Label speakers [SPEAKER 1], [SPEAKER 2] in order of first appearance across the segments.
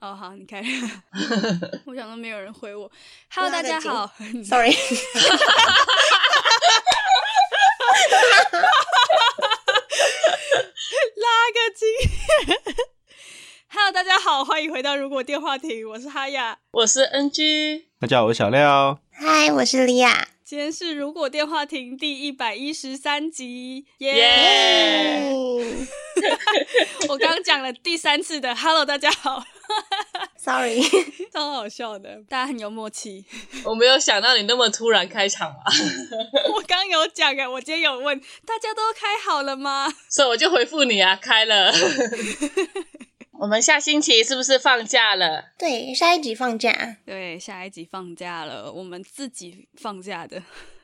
[SPEAKER 1] 哦，好，你开 了。我想说没有人回 我。Hello，
[SPEAKER 2] 对
[SPEAKER 1] 大
[SPEAKER 2] 啊
[SPEAKER 1] 家
[SPEAKER 2] 在听
[SPEAKER 1] 好。
[SPEAKER 2] Sorry，
[SPEAKER 1] 拉个筋。Hello，大家好，欢迎回到《如果电话亭》，我是哈雅。
[SPEAKER 3] 我是 NG，
[SPEAKER 4] 大家好，我是小廖。
[SPEAKER 2] 嗨，我是莉亚。
[SPEAKER 1] 今天是《如果电话亭》第一百一十三集，耶、
[SPEAKER 3] 耶！
[SPEAKER 2] 嗯
[SPEAKER 1] 我刚刚讲了第三次的 “Hello，大家好
[SPEAKER 2] Sorry，”，
[SPEAKER 1] 超好笑的，大家很有默契。
[SPEAKER 3] 我没有想到你那么突然开场啊，
[SPEAKER 1] 我刚刚有讲哎，我今天有问大家都开好了吗？
[SPEAKER 3] 所以我就回复你啊，开了。我们下星期是不是放假了？
[SPEAKER 2] 对，下一集放假，
[SPEAKER 1] 对，下一集放假了，我们自己放假的，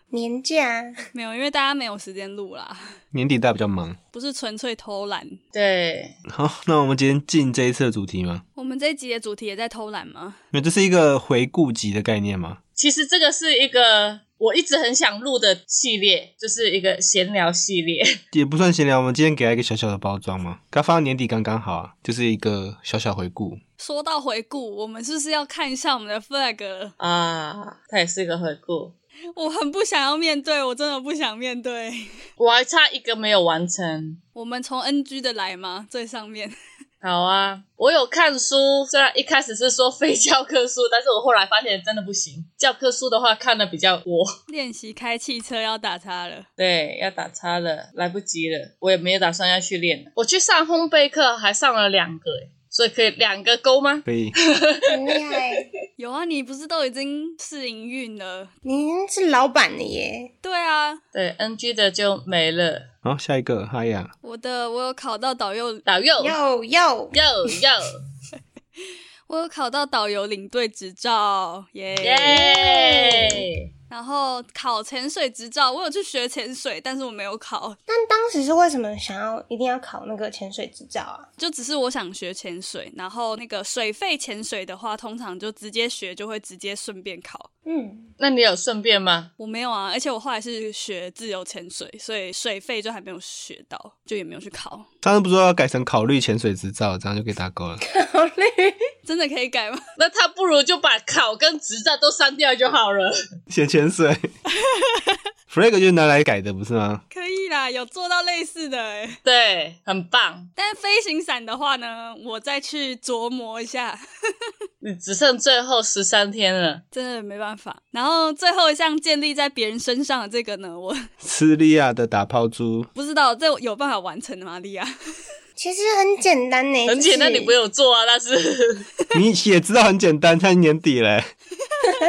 [SPEAKER 2] 年 假，
[SPEAKER 1] 没有，因为大家没有时间录啦，
[SPEAKER 4] 年底大家比较忙，
[SPEAKER 1] 不是纯粹偷懒。
[SPEAKER 3] 对，
[SPEAKER 4] 好，那我们今天进这一次的主题吗？
[SPEAKER 1] 我们这一集的主题也在偷懒吗？
[SPEAKER 4] 因为这是一个回顾集的概念嘛。
[SPEAKER 3] 其实这个是一个我一直很想录的系列，就是一个闲聊系列。
[SPEAKER 4] 也不算闲聊，我们今天给它一个小小的包装嘛，刚放到年底刚刚好啊，就是一个小小回顾。
[SPEAKER 1] 说到回顾，我们是不是要看一下我们的 flag 了？
[SPEAKER 3] 啊，它也是一个回顾，
[SPEAKER 1] 我很不想要面对，我真的不想面对。
[SPEAKER 3] 我还差一个没有完成。
[SPEAKER 1] 我们从 NG 的来吗？最上面
[SPEAKER 3] 好啊，我有看书，虽然一开始是说非教科书，但是我后来发现真的不行。教科书的话看的比较多，
[SPEAKER 1] 练习开汽车要打叉了。
[SPEAKER 3] 对，要打叉了，来不及了。我也没有打算要去练了。我去上烘焙课，还上了两个，诶所以可以两个勾吗？
[SPEAKER 4] 所以，
[SPEAKER 2] 很厉害。
[SPEAKER 1] 有啊，你不是都已经试营运了？
[SPEAKER 2] 您是老板的耶，
[SPEAKER 1] 对啊，
[SPEAKER 3] 对，NG 的就没了。
[SPEAKER 4] 好，下一个，嗨呀，
[SPEAKER 1] 我的我有考到导游，
[SPEAKER 3] 导游，
[SPEAKER 2] 要要
[SPEAKER 3] 又又，
[SPEAKER 1] 我有考到导游领队执照，耶、
[SPEAKER 3] 耶！
[SPEAKER 1] 然后考潜水执照，我有去学潜水，但是我没有考，
[SPEAKER 2] 但当时是为什么想要一定要考那个潜水执照啊？
[SPEAKER 1] 就只是我想学潜水。然后那个水肺潜水的话，通常就直接学，就会直接顺便考。
[SPEAKER 2] 嗯，
[SPEAKER 3] 那你有顺便吗？
[SPEAKER 1] 我没有啊，而且我后来是学自由潜水，所以水费就还没有学到，就也没有去考。
[SPEAKER 4] 上次不是说要改成考虑潜水执照，这样就可以打勾了。
[SPEAKER 2] 好累。
[SPEAKER 1] 真的可以改吗？
[SPEAKER 3] 那他不如就把考跟执照都删掉就好了。
[SPEAKER 4] 写潜水，flag 就是拿来改的，不是吗？
[SPEAKER 1] 可以啦，有做到类似的哎、
[SPEAKER 3] 对，很棒。
[SPEAKER 1] 但飞行伞的话呢，我再去琢磨一下，
[SPEAKER 3] 你只剩最后十三天了，
[SPEAKER 1] 真的没办法。然后最后一项建立在别人身上的这个呢，我
[SPEAKER 4] 斯利亚的打抛猪，
[SPEAKER 1] 不知道这有办法完成的吗？莉亚，
[SPEAKER 2] 其实很简单呢，
[SPEAKER 3] 很简单，
[SPEAKER 2] 就是
[SPEAKER 3] 你不用做啊。但是
[SPEAKER 4] 你也知道很简单，它年底嘞。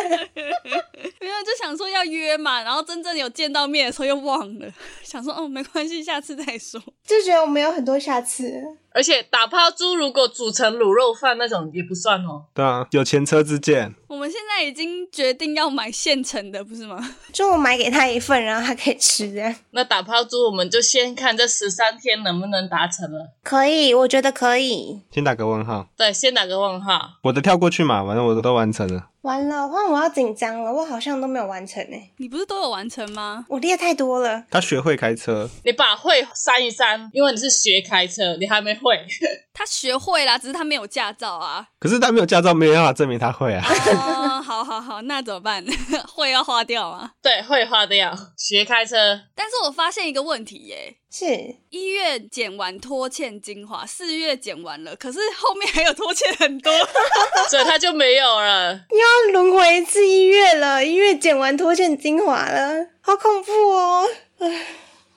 [SPEAKER 1] 没有就想说要约嘛，然后真正有见到面的时候又忘了， 想说哦没关系，下次再说。
[SPEAKER 2] 就觉得我们有很多瑕疵。
[SPEAKER 3] 而且打抛猪如果煮成卤肉饭那种也不算哦。
[SPEAKER 4] 对啊，有前车之鉴。
[SPEAKER 1] 我们现在已经决定要买现成的，不是吗？
[SPEAKER 2] 就我买给他一份，然后他可以吃，这样
[SPEAKER 3] 那打抛猪，我们就先看这十三天能不能达成了。
[SPEAKER 2] 可以，我觉得可以。
[SPEAKER 4] 先打个问号，
[SPEAKER 3] 对，先打个问号。
[SPEAKER 4] 我的跳过去嘛，反正我都完成了。
[SPEAKER 2] 完了，换我要紧张了，我好像都没有完成呢，
[SPEAKER 1] 你不是都有完成吗？
[SPEAKER 2] 我列太多了。
[SPEAKER 4] 他学会开车，
[SPEAKER 3] 你把会删一删，因为你是学开车，你还没会。
[SPEAKER 1] 他学会啦，只是他没有驾照啊。
[SPEAKER 4] 可是他没有驾照，没有办法证明他会啊。
[SPEAKER 1] 哦，好好好，那怎么办？ 会要花掉吗？
[SPEAKER 3] 对，会花掉。学开车，
[SPEAKER 1] 但是我发现一个问题耶，
[SPEAKER 2] 是
[SPEAKER 1] 一月剪完拖欠精华，四月剪完了，可是后面还有拖欠很多。
[SPEAKER 3] 所以他就没有了。
[SPEAKER 2] 要轮回啊一次一月了，一月剪完拖欠精华了，好恐怖哦！唉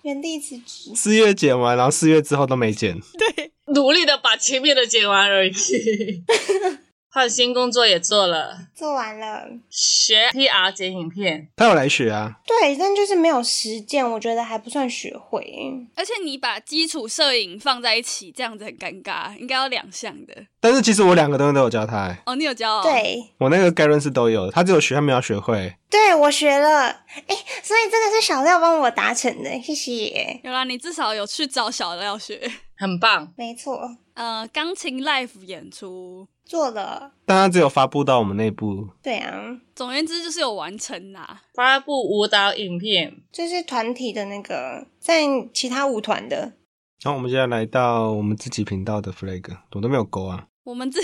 [SPEAKER 2] 原地辞职，
[SPEAKER 4] 四月剪完，然后四月之后都没剪。
[SPEAKER 3] 努力的把前面的剪完而已。 换新工作也做了，
[SPEAKER 2] 做完了。
[SPEAKER 3] 学 PR 剪影片，
[SPEAKER 4] 他有来学啊，
[SPEAKER 2] 对，但就是没有实践，我觉得还不算学会。
[SPEAKER 1] 而且你把基础摄影放在一起，这样子很尴尬，应该要两项的。
[SPEAKER 4] 但是其实我两个东西都有教他、欸，
[SPEAKER 1] 哦，你有教、哦？，
[SPEAKER 2] 对，
[SPEAKER 4] 我那个概论是都有，他只有学，他没有学会。
[SPEAKER 2] 对我学了，哎、所以这个是小廖帮我达成的，谢谢。
[SPEAKER 1] 有啦，你至少有去找小廖学。
[SPEAKER 3] 很棒。
[SPEAKER 2] 没错，
[SPEAKER 1] 呃，钢琴 live 演出，
[SPEAKER 2] 做了。
[SPEAKER 4] 但他只有发布到我们内部，
[SPEAKER 2] 对啊，
[SPEAKER 1] 总而言之就是有完成啦。
[SPEAKER 3] 发布舞蹈影片，
[SPEAKER 2] 就是团体的那个，在其他舞团的，
[SPEAKER 4] 然后我们现在来到我们自己频道的 flag，我都没有勾啊。
[SPEAKER 1] 我们自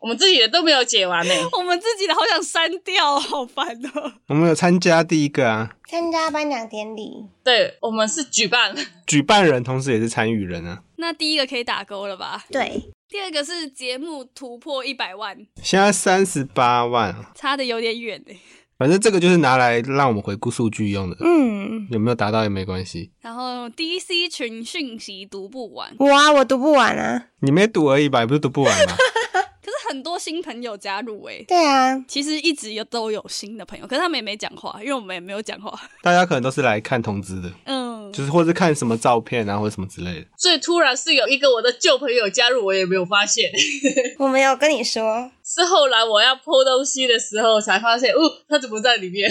[SPEAKER 3] 我们自己的都没有解完呢、
[SPEAKER 1] 我们自己的好想删掉哦，好烦哦。
[SPEAKER 4] 我们有参加第一个啊，
[SPEAKER 2] 参加颁奖典礼。
[SPEAKER 3] 对我们是举办，
[SPEAKER 4] 举办人同时也是参与人啊。
[SPEAKER 1] 那第一个可以打勾了吧？
[SPEAKER 2] 对，
[SPEAKER 1] 第二个是节目突破一百万，
[SPEAKER 4] 现在三十八万啊，
[SPEAKER 1] 差的有点远哎。
[SPEAKER 4] 反正这个就是拿来让我们回顾数据用的，
[SPEAKER 2] 嗯，
[SPEAKER 4] 有没有达到也没关系，
[SPEAKER 1] 然后 DC 群讯息读不完，
[SPEAKER 2] 我啊，我读不完啊。
[SPEAKER 4] 你没读而已吧，也不是读不完嘛。啊
[SPEAKER 1] 可是很多新朋友加入哎、
[SPEAKER 2] 对啊，
[SPEAKER 1] 其实一直有都有新的朋友，可是他们也没讲话，因为我们也没有讲话。
[SPEAKER 4] 大家可能都是来看通知的，
[SPEAKER 1] 嗯，
[SPEAKER 4] 就是或是看什么照片啊，或者什么之类的。
[SPEAKER 3] 最突然是有一个我的旧朋友加入，我也没有发现，
[SPEAKER 2] 我没有跟你说，
[SPEAKER 3] 是后来我要 PO 东西的时候才发现，哦，他怎么在里面？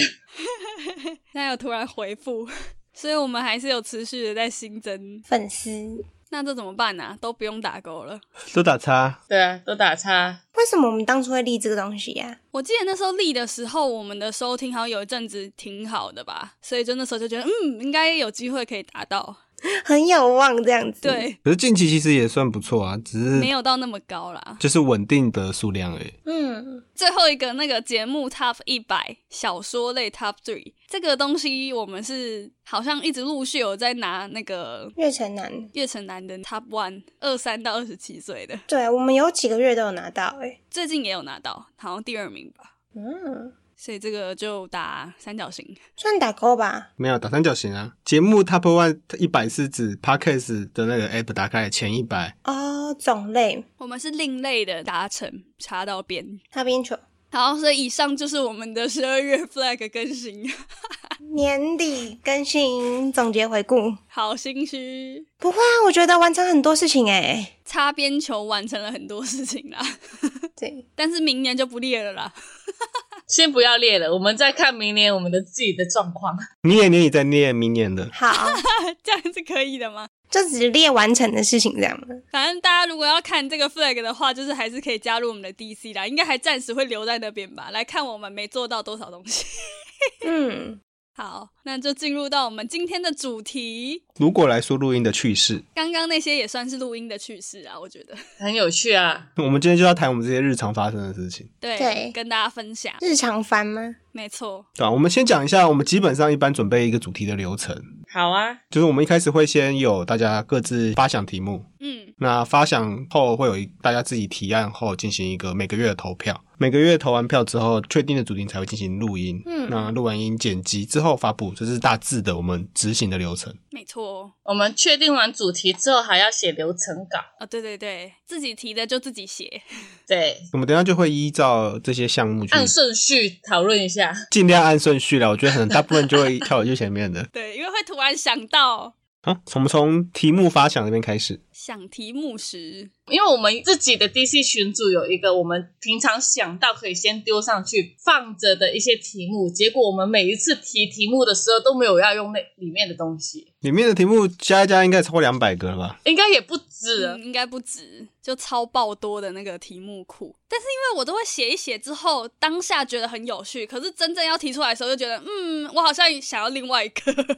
[SPEAKER 1] 那有突然回复， 所以我们还是有持续的在新增。
[SPEAKER 2] 粉丝
[SPEAKER 1] 那这怎么办呢、啊都不用打勾了。
[SPEAKER 4] 都打叉，
[SPEAKER 3] 对啊，都打叉，
[SPEAKER 2] 为什么我们当初会立这个东西呀、
[SPEAKER 1] 我记得那时候立的时候，我们的收听好像有一阵子挺好的吧，所以就那时候就觉得，嗯，应该有机会可以达到。
[SPEAKER 2] 很有望这样子。，
[SPEAKER 1] 对，
[SPEAKER 4] 可是近期其实也算不错啊，只是
[SPEAKER 1] 没有到那么高啦。
[SPEAKER 4] 就是稳定的数量而已。
[SPEAKER 2] 嗯，
[SPEAKER 1] 最后一个那个节目 Top 一百小说类 Top Three 这个东西，我们是好像一直陆续有在拿那个
[SPEAKER 2] 月城南，
[SPEAKER 1] 月城男的 Top One 二三到二十七岁的，
[SPEAKER 2] 对我们有几个月都有拿到、欸，哎，
[SPEAKER 1] 最近也有拿到，好像第二名吧。
[SPEAKER 2] 嗯，
[SPEAKER 1] 所以这个就打三角形。
[SPEAKER 2] 算打勾吧。
[SPEAKER 4] 没有打三角形啊，节目 Top One 一百是指 Podcast 的那个 App 打开的前一百，
[SPEAKER 2] 哦，种类
[SPEAKER 1] 我们是另类的达成，插到边。
[SPEAKER 2] 擦边球，
[SPEAKER 1] 好，所以以上就是我们的十二月 flag 更新。
[SPEAKER 2] 年底更新总结回顾。
[SPEAKER 1] 好心虚，
[SPEAKER 2] 不会啊，我觉得完成很多事情哎、欸。
[SPEAKER 1] 擦边球完成了很多事情啦，
[SPEAKER 2] 对，
[SPEAKER 1] 但是明年就不列了啦。
[SPEAKER 3] 先不要列了，我们再看明年我们的自己的状况。
[SPEAKER 4] 你也念你在念明年的，
[SPEAKER 2] 好，
[SPEAKER 1] 这样是可以的吗？
[SPEAKER 2] 就只列完成的事情这样吗？
[SPEAKER 1] 反正大家如果要看这个 flag 的话，就是还是可以加入我们的 DC 啦，应该还暂时会留在那边吧，来看我们没做到多少东西。
[SPEAKER 2] 嗯，
[SPEAKER 1] 好，那就进入到我们今天的主题。
[SPEAKER 4] 如果来说录音的趣事，
[SPEAKER 1] 刚刚那些也算是录音的趣事啊，我觉得。
[SPEAKER 3] 很有趣啊！
[SPEAKER 4] 我们今天就要谈我们这些日常发生的事情，
[SPEAKER 1] 对，
[SPEAKER 2] 对
[SPEAKER 1] 跟大家分享，
[SPEAKER 2] 日常翻吗？
[SPEAKER 1] 没错。
[SPEAKER 4] 对吧、我们先讲一下，我们基本上一般准备一个主题的流程，
[SPEAKER 3] 好啊，
[SPEAKER 4] 就是我们一开始会先有大家各自发想题目，
[SPEAKER 1] 嗯，
[SPEAKER 4] 那发想后会有一大家自己提案后进行一个每个月的投票，每个月投完票之后，确定的主题才会进行录音。
[SPEAKER 2] 嗯
[SPEAKER 4] 那录完音剪辑之后发布，这是大致的我们执行的流程。
[SPEAKER 1] 没错。
[SPEAKER 3] 我们确定完主题之后还要写流程稿，
[SPEAKER 1] 啊、对对对，自己提的就自己写。
[SPEAKER 3] 对，
[SPEAKER 4] 我们等一下就会依照这些项目去
[SPEAKER 3] 按顺序讨论一下。
[SPEAKER 4] 尽量按顺序了。我觉得可能大部分就会跳到最前面的。
[SPEAKER 1] 对，因为会突然想到
[SPEAKER 4] 啊，我们从题目发想那边开始。
[SPEAKER 1] 想题目时，
[SPEAKER 3] 因为我们自己的 DC 群组有一个我们平常想到可以先丢上去放着的一些题目，结果我们每一次提题目的时候都没有要用那里面的东西，
[SPEAKER 4] 里面的题目加一加应该超过两百个了吧？
[SPEAKER 3] 应该也不止啊了
[SPEAKER 1] 嗯、应该不止，就超爆多的那个题目库。但是因为我都会写一写之后，当下觉得很有趣，可是真正要提出来的时候，就觉得嗯，我好像想要另外一个，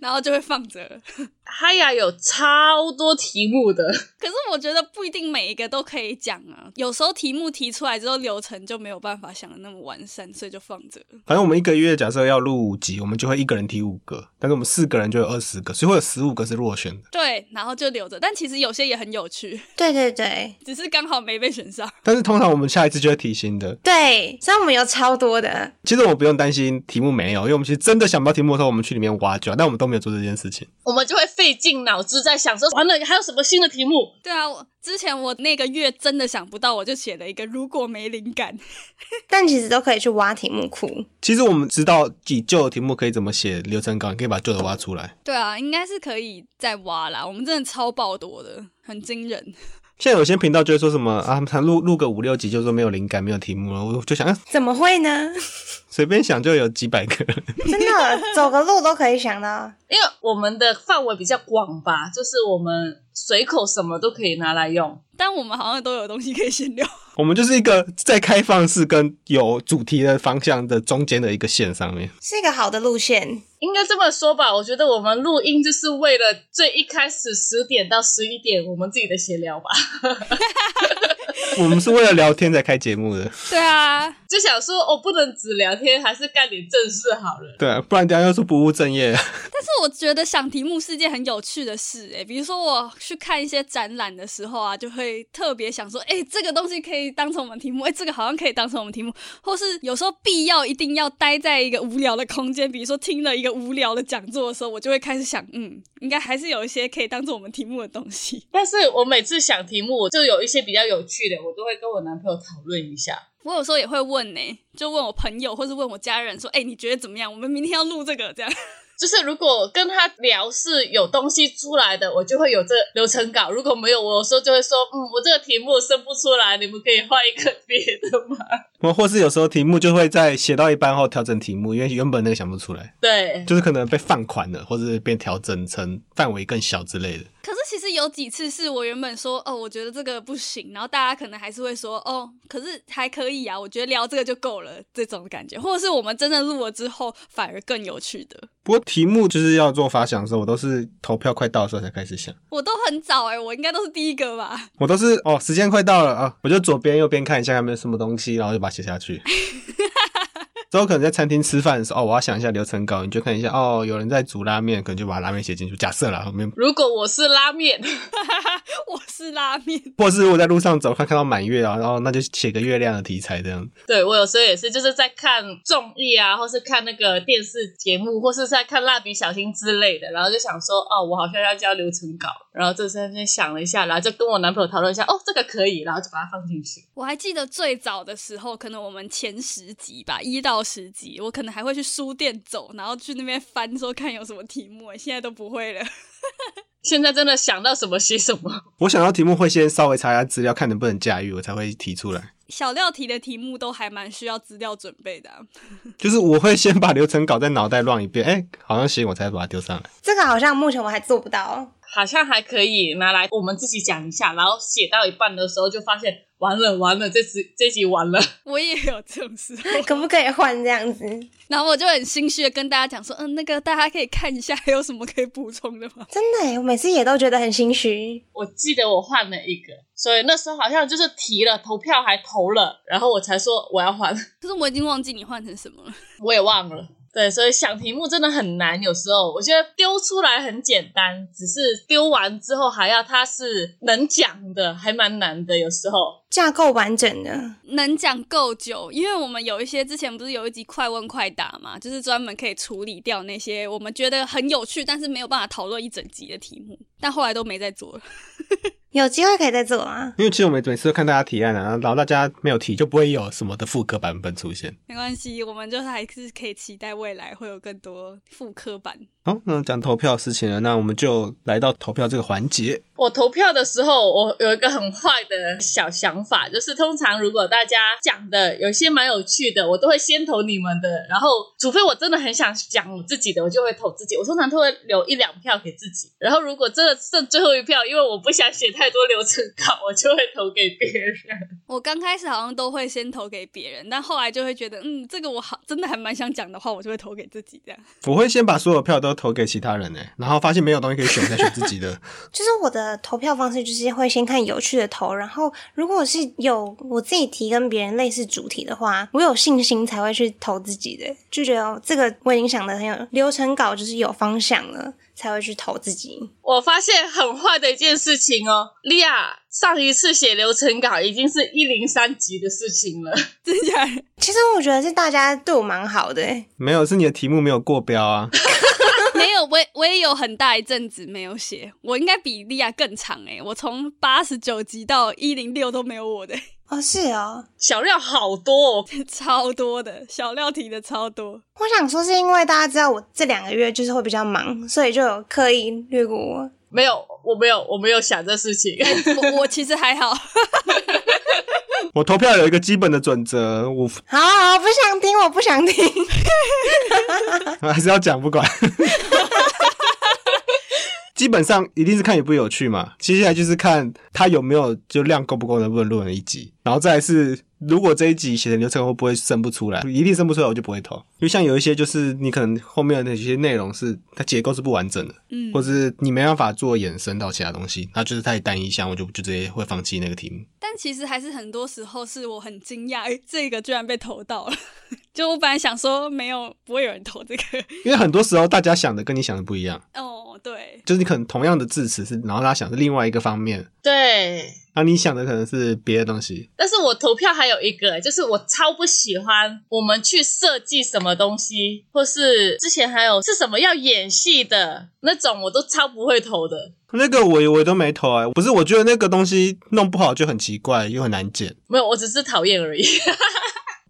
[SPEAKER 1] 然后就会放着了。
[SPEAKER 3] 哈雅有超多题目的，
[SPEAKER 1] 可是我觉得不一定每一个都可以讲啊，有时候题目提出来之后，流程就没有办法想的那么完善，所以就放着了。
[SPEAKER 4] 反正我们一个月假设要录五集，我们就会一个人提五个，但是我们四个人就有二十个，所以会有十五个是落选的。
[SPEAKER 1] 对，然后就留着。但其实有些也很有趣，
[SPEAKER 2] 对对对
[SPEAKER 1] 只是刚好没被选上。
[SPEAKER 4] 但是通常我们下一次就会提新的，
[SPEAKER 2] 对，虽然我们有超多的，
[SPEAKER 4] 其实我们不用担心题目没有，因为我们其实真的想不到题目的时候，我们去里面挖掘，但我们都没有做这件事情。
[SPEAKER 3] 我们就会费尽脑汁在想说，完了还有什么新的题目？
[SPEAKER 1] 对啊，我之前我那个月真的想不到，我就写了一个如果没灵感，
[SPEAKER 2] 但其实都可以去挖题目库。
[SPEAKER 4] 其实我们知道以旧的题目可以怎么写流程稿，你可以把旧的挖出来。
[SPEAKER 1] 对啊，应该是可以再挖啦。我们真的超爆多的，很惊人。
[SPEAKER 4] 现在有些频道就会说什么啊，他们录录个五六集就说没有灵感、没有题目了，我就想、啊、
[SPEAKER 2] 怎么会 呢？
[SPEAKER 4] 随便想就有几百个。
[SPEAKER 2] 真的，走个路都可以想到。
[SPEAKER 3] 因为我们的范围比较广吧，就是我们随口什么都可以拿来用。
[SPEAKER 1] 但我们好像都有东西可以闲聊。
[SPEAKER 4] 我们就是一个在开放式跟有主题的方向的中间的一个线上面。
[SPEAKER 2] 是一个好的路线。
[SPEAKER 3] 应该这么说吧，我觉得我们录音就是为了最一开始十点到十一点我们自己的闲聊吧，
[SPEAKER 4] 我们是为了聊天才开节目的，
[SPEAKER 1] 对啊，
[SPEAKER 3] 就想说哦，不能只聊天，还是干点正事好了。
[SPEAKER 4] 对、啊，不然等一下又说不务正业。
[SPEAKER 1] 但是我觉得想题目是件很有趣的事、欸，诶，比如说我去看一些展览的时候啊，就会特别想说，诶、这个东西可以当成我们题目，诶、这个好像可以当成我们题目，或是有时候必要一定要待在一个无聊的空间，比如说听了一个无聊的讲座的时候，我就会开始想，嗯，应该还是有一些可以当做我们题目的东西。
[SPEAKER 3] 但是我每次想题目，我就有一些比较有趣的，我都会跟我男朋友讨论一下。
[SPEAKER 1] 我有时候也会问呢、就问我朋友或是问我家人说，诶、你觉得怎么样？我们明天要录这个，这样。
[SPEAKER 3] 就是如果跟他聊是有东西出来的，我就会有这个流程稿；如果没有，我有时候就会说，嗯，我这个题目生不出来，你们可以换一个别的吗？
[SPEAKER 4] 或或是有时候题目就会在写到一半后调整题目，因为原本那个想不出来，
[SPEAKER 3] 对，
[SPEAKER 4] 就是可能被放款了，或者是被调整成范围更小之类的。
[SPEAKER 1] 可是其实有几次是我原本说哦，我觉得这个不行，然后大家可能还是会说哦，可是还可以啊，我觉得聊这个就够了这种感觉，或者是我们真的录了之后反而更有趣的。
[SPEAKER 4] 不过题目就是要做发想的时候，我都是投票快到的时候才开始想，
[SPEAKER 1] 我都很早哎、我应该都是第一个 吧。
[SPEAKER 4] 我都是哦时间快到了啊，我就左边右边看一下有没有什么东西，然后就把它写下 去。之后可能在餐厅吃饭的时候，哦，我要想一下流程稿，你就看一下哦，有人在煮拉面，可能就把拉面写进去。假设啦，后面
[SPEAKER 3] 如果我是拉面，
[SPEAKER 1] 我是拉面，
[SPEAKER 4] 或是我在路上走，看看到满月啊，然后那就写个月亮的题材这样。
[SPEAKER 3] 对我有时候也是，就是在看综艺啊，或是看那个电视节目，或是在看蜡笔小新之类的，然后就想说，哦，我好像要交流程稿，然后这时候就想了一下，然后就跟我男朋友讨论一下，哦，这个可以，然后就把它放进去。
[SPEAKER 1] 我还记得最早的时候，可能我们前十集吧，一到十集，我可能还会去书店走，然后去那边翻，说看有什么题目。欸现在都不会了。
[SPEAKER 3] 现在真的想到什么写什么，
[SPEAKER 4] 我想到题目会先稍微查一下资料，看能不能驾驭，我才会提出来。
[SPEAKER 1] 小料题的题目都还蛮需要资料准备的啊、
[SPEAKER 4] 就是我会先把流程稿在脑袋乱一遍，哎、好像行，我才把它丢上来。
[SPEAKER 2] 这个好像目前我还做不到。
[SPEAKER 3] 好像还可以拿来我们自己讲一下，然后写到一半的时候就发现完了完了，这集这集完了。
[SPEAKER 1] 我也有这种时候，
[SPEAKER 2] 可不可以换这样子？
[SPEAKER 1] 然后我就很心虚的跟大家讲说，嗯，那个大家可以看一下，还有什么可以补充的吗？
[SPEAKER 2] 真的耶，欸我每次也都觉得很心虚。
[SPEAKER 3] 我记得我换了一个，所以那时候好像就是提了投票还投了，然后我才说我要换，
[SPEAKER 1] 可是我已经忘记你换成什么了。
[SPEAKER 3] 我也忘了。对，所以想题目真的很难，有时候我觉得丢出来很简单，只是丢完之后还要它是能讲的，还蛮难的。有时候
[SPEAKER 2] 架构完整的，
[SPEAKER 1] 能讲够久，因为我们有一些之前不是有一集快问快答嘛，就是专门可以处理掉那些我们觉得很有趣，但是没有办法讨论一整集的题目，但后来都没再做了。
[SPEAKER 2] 有机会可以再做啊。
[SPEAKER 4] 因为其实我们每次都看大家提案啊，然后大家没有提，就不会有什么的复刻版本出现。
[SPEAKER 1] 没关系，我们就是还是可以期待未来会有更多复刻版。
[SPEAKER 4] 好，那讲投票的事情了，那我们就来到投票这个环节。
[SPEAKER 3] 我投票的时候，我有一个很坏的小想法，就是通常如果大家讲的有些蛮有趣的，我都会先投你们的，然后除非我真的很想讲我自己的，我就会投自己。我通常都会留一两票给自己，然后如果真的剩最后一票，因为我不想写太多流程稿，我就会投给别人。
[SPEAKER 1] 我刚开始好像都会先投给别人，但后来就会觉得，嗯，这个我好真的还蛮想讲的话，我就会投给自己这样。
[SPEAKER 4] 我会先把所有票都投给其他人呢、欸然后发现没有东西可以选，再选自己的。
[SPEAKER 2] 就是我的投票方式就是会先看有趣的投，然后如果是有我自己提跟别人类似主题的话，我有信心才会去投自己的，就觉得哦这个我已经想的很有流程稿，就是有方向了才会去投自己。
[SPEAKER 3] 我发现很坏的一件事情哦，莉亚上一次写流程稿已经是一零三级的事情了。
[SPEAKER 1] 真的假的？
[SPEAKER 2] 其实我觉得是大家对我蛮好的、欸，
[SPEAKER 4] 没有，是你的题目没有过标啊。
[SPEAKER 1] 没有，我也我也有很大一阵子没有写，我应该比莉亚更长诶、我从八十九集到一零六都没有我的、
[SPEAKER 2] 哦，是哦。
[SPEAKER 3] 小料好多、哦，
[SPEAKER 1] 超多的小料题的超多。
[SPEAKER 2] 我想说是因为大家知道我这两个月就是会比较忙，所以就有刻意略过我。
[SPEAKER 3] 没有，我没有，我没有想这事情。
[SPEAKER 1] 我我其实还好，
[SPEAKER 4] 我投票有一个基本的准则，我
[SPEAKER 2] 好好，不想听，我不想听。
[SPEAKER 4] 还是要讲，不管。 基本上一定是看有不有趣嘛，接下来就是看它有没有就量够不够，能不能录成一集，然后再来是如果这一集写的流程会不会生不出来，一定生不出来我就不会投，因为像有一些就是你可能后面的那些内容是它结构是不完整的，
[SPEAKER 1] 嗯，
[SPEAKER 4] 或是你没办法做衍生到其他东西，那就是太单一项，我就就直接会放弃那个题目。
[SPEAKER 1] 但其实还是很多时候是我很惊讶，哎、这个居然被投到了。 就我本来想说没有，不会有人投这个。
[SPEAKER 4] 因为很多时候大家想的跟你想的不一样，
[SPEAKER 1] 哦，对，
[SPEAKER 4] 就是你可能同样的字词是，然后他想是另外一个方面，
[SPEAKER 3] 对，
[SPEAKER 4] 那你想的可能是别的东西。
[SPEAKER 3] 但是我投票还有一个，就是我超不喜欢我们去设计什么东西，或是之前还有是什么要演戏的那种，我都超不会投的。
[SPEAKER 4] 那个我我都没投哎、不是，我觉得那个东西弄不好就很奇怪，又很难剪。
[SPEAKER 3] 没有，我只是讨厌而已。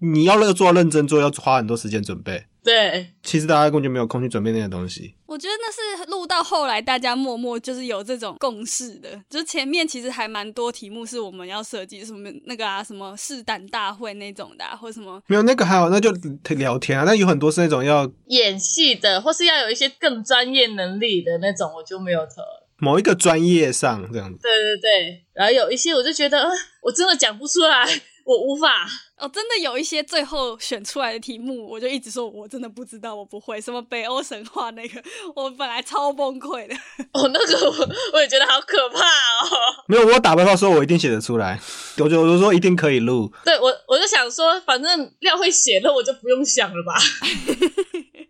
[SPEAKER 4] 你要认做要认真做，要花很多时间准备。
[SPEAKER 3] 对，
[SPEAKER 4] 其实大家根本就没有空去准备那个东西。
[SPEAKER 1] 我觉得那是录到后来大家默默就是有这种共识的，就前面其实还蛮多题目是我们要设计什么那个啊，什么试胆大会那种的、啊，或什么
[SPEAKER 4] 没有那个还好，那就聊天啊。但有很多是那种要
[SPEAKER 3] 演戏的，或是要有一些更专业能力的那种，我就没有投。
[SPEAKER 4] 某一个专业上这样子。
[SPEAKER 3] 对对对，然后有一些我就觉得，呃、我真的讲不出来，我无法。
[SPEAKER 1] 哦，真的有一些最后选出来的题目，我就一直说我真的不知道，我不会什么北欧神话那个，我本来超崩溃的。
[SPEAKER 3] 哦，那个 我我也觉得好可怕哦。
[SPEAKER 4] 没有，我打包票说我一定写得出来，我就我就说一定可以录。
[SPEAKER 3] 对我我就想说，反正料会写，那我就不用想了吧。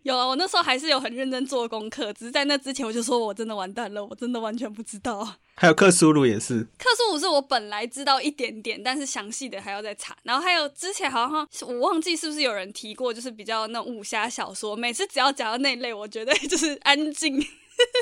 [SPEAKER 1] 有啊，我那时候还是有很认真做功课，只是在那之前我就说我真的完蛋了，我真的完全不知道。
[SPEAKER 4] 还有克苏鲁也是，
[SPEAKER 1] 克苏鲁是我本来知道一点点，但是详细的还要再查。然后还有之前好像是我忘记是不是有人提过，就是比较那种武侠小说，每次只要讲到那一类，我觉得就是安静，